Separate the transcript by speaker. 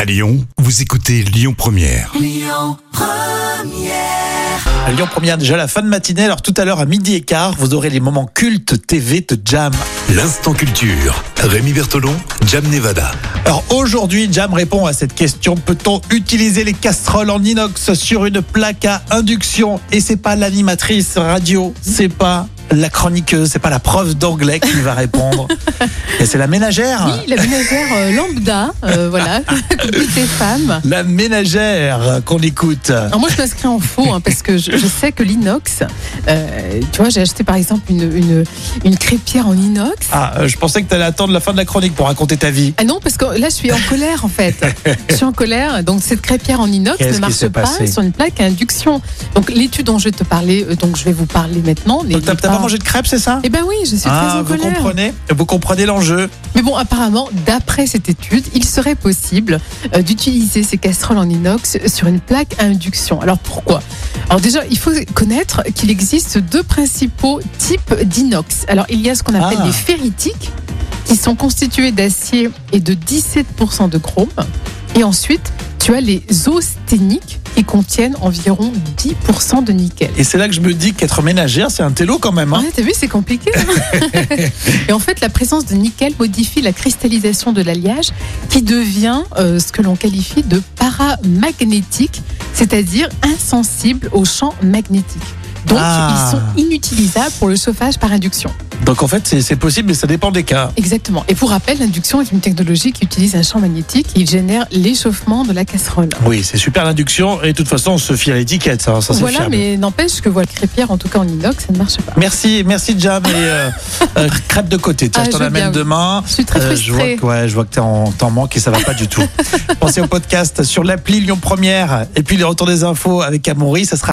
Speaker 1: À Lyon, vous écoutez Lyon Première.
Speaker 2: À Lyon Première déjà la fin de matinée. Alors tout à l'heure à midi et quart, vous aurez les moments cultes TV de Jam.
Speaker 1: L'instant culture. Rémi Bertolon, Jam Nevada.
Speaker 2: Alors aujourd'hui, Jam répond à cette question peut-on utiliser les casseroles en inox sur une plaque à induction Et c'est pas l'animatrice radio, c'est pas la chroniqueuse, c'est pas la prof d'anglais qui va répondre. Et c'est la ménagère.
Speaker 3: Oui, la ménagère euh, lambda, euh, voilà, comme toutes les femmes.
Speaker 2: La ménagère qu'on écoute.
Speaker 3: Alors moi, je m'inscris en faux, hein, parce que je, je sais que l'inox, euh, tu vois, j'ai acheté par exemple une, une, une crêpière en inox.
Speaker 2: Ah, euh, je pensais que t'allais attendre la fin de la chronique pour raconter ta vie.
Speaker 3: Ah non, parce que là, je suis en colère, en fait. Je suis en colère. Donc, cette crêpière en inox
Speaker 2: Qu'est-ce
Speaker 3: ne
Speaker 2: qui
Speaker 3: marche
Speaker 2: s'est
Speaker 3: pas
Speaker 2: passé
Speaker 3: sur une plaque à induction. Donc, l'étude dont je vais te parler, euh, donc je vais vous parler maintenant. n'est-
Speaker 2: Donc, T'as
Speaker 3: n'est
Speaker 2: t'as pas mangé de crêpes, c'est ça
Speaker 3: Eh ben oui, je suis très
Speaker 2: Ah,
Speaker 3: en
Speaker 2: vous
Speaker 3: colère.
Speaker 2: comprenez, vous comprenez l'enjeu.
Speaker 3: Mais bon, apparemment, d'après cette étude, il serait possible euh, d'utiliser ces casseroles en inox sur une plaque à induction. Alors pourquoi Alors déjà, il faut connaître qu'il existe deux principaux types d'inox. Alors il y a ce qu'on appelle
Speaker 2: Ah.
Speaker 3: les ferritiques, qui sont constitués d'acier et de 17% de chrome. Et ensuite, tu as les osténiques, qui contiennent environ 10% de nickel.
Speaker 2: Et c'est là que je me dis qu'être ménagère, c'est un télo quand même. hein.
Speaker 3: Ouais, t'as vu, c'est compliqué. hein. et en fait, la présence de nickel modifie la cristallisation de l'alliage qui devient euh, ce que l'on qualifie de paramagnétique, c'est-à-dire insensible au champ magnétique. Donc,
Speaker 2: Ah.
Speaker 3: ils sont inutilisables pour le chauffage par induction.
Speaker 2: Donc en fait, c'est c'est possible, mais ça dépend des cas.
Speaker 3: Exactement. Et pour rappel, l'induction est une technologie qui utilise un champ magnétique et il génère l'échauffement de la casserole.
Speaker 2: Oui, c'est super l'induction. Et de toute façon, on se fie à l'étiquette. Ça, ça, c'est
Speaker 3: Voilà,
Speaker 2: fiable.
Speaker 3: mais n'empêche que voilà, crêpière, en tout cas en inox, ça ne marche pas.
Speaker 2: Merci, merci Jam. Et euh, euh, crêpes de côté. Tiens,
Speaker 3: Ah,
Speaker 2: je t'en
Speaker 3: je veux bien,
Speaker 2: amène
Speaker 3: oui.
Speaker 2: demain.
Speaker 3: Je suis très
Speaker 2: Euh,
Speaker 3: frustrée.
Speaker 2: je vois que, ouais, je vois que t'es en- t'en manques et ça va pas du tout. Pensez au podcast sur l'appli Lyon Première et puis les retours des infos avec Amoury, ça sera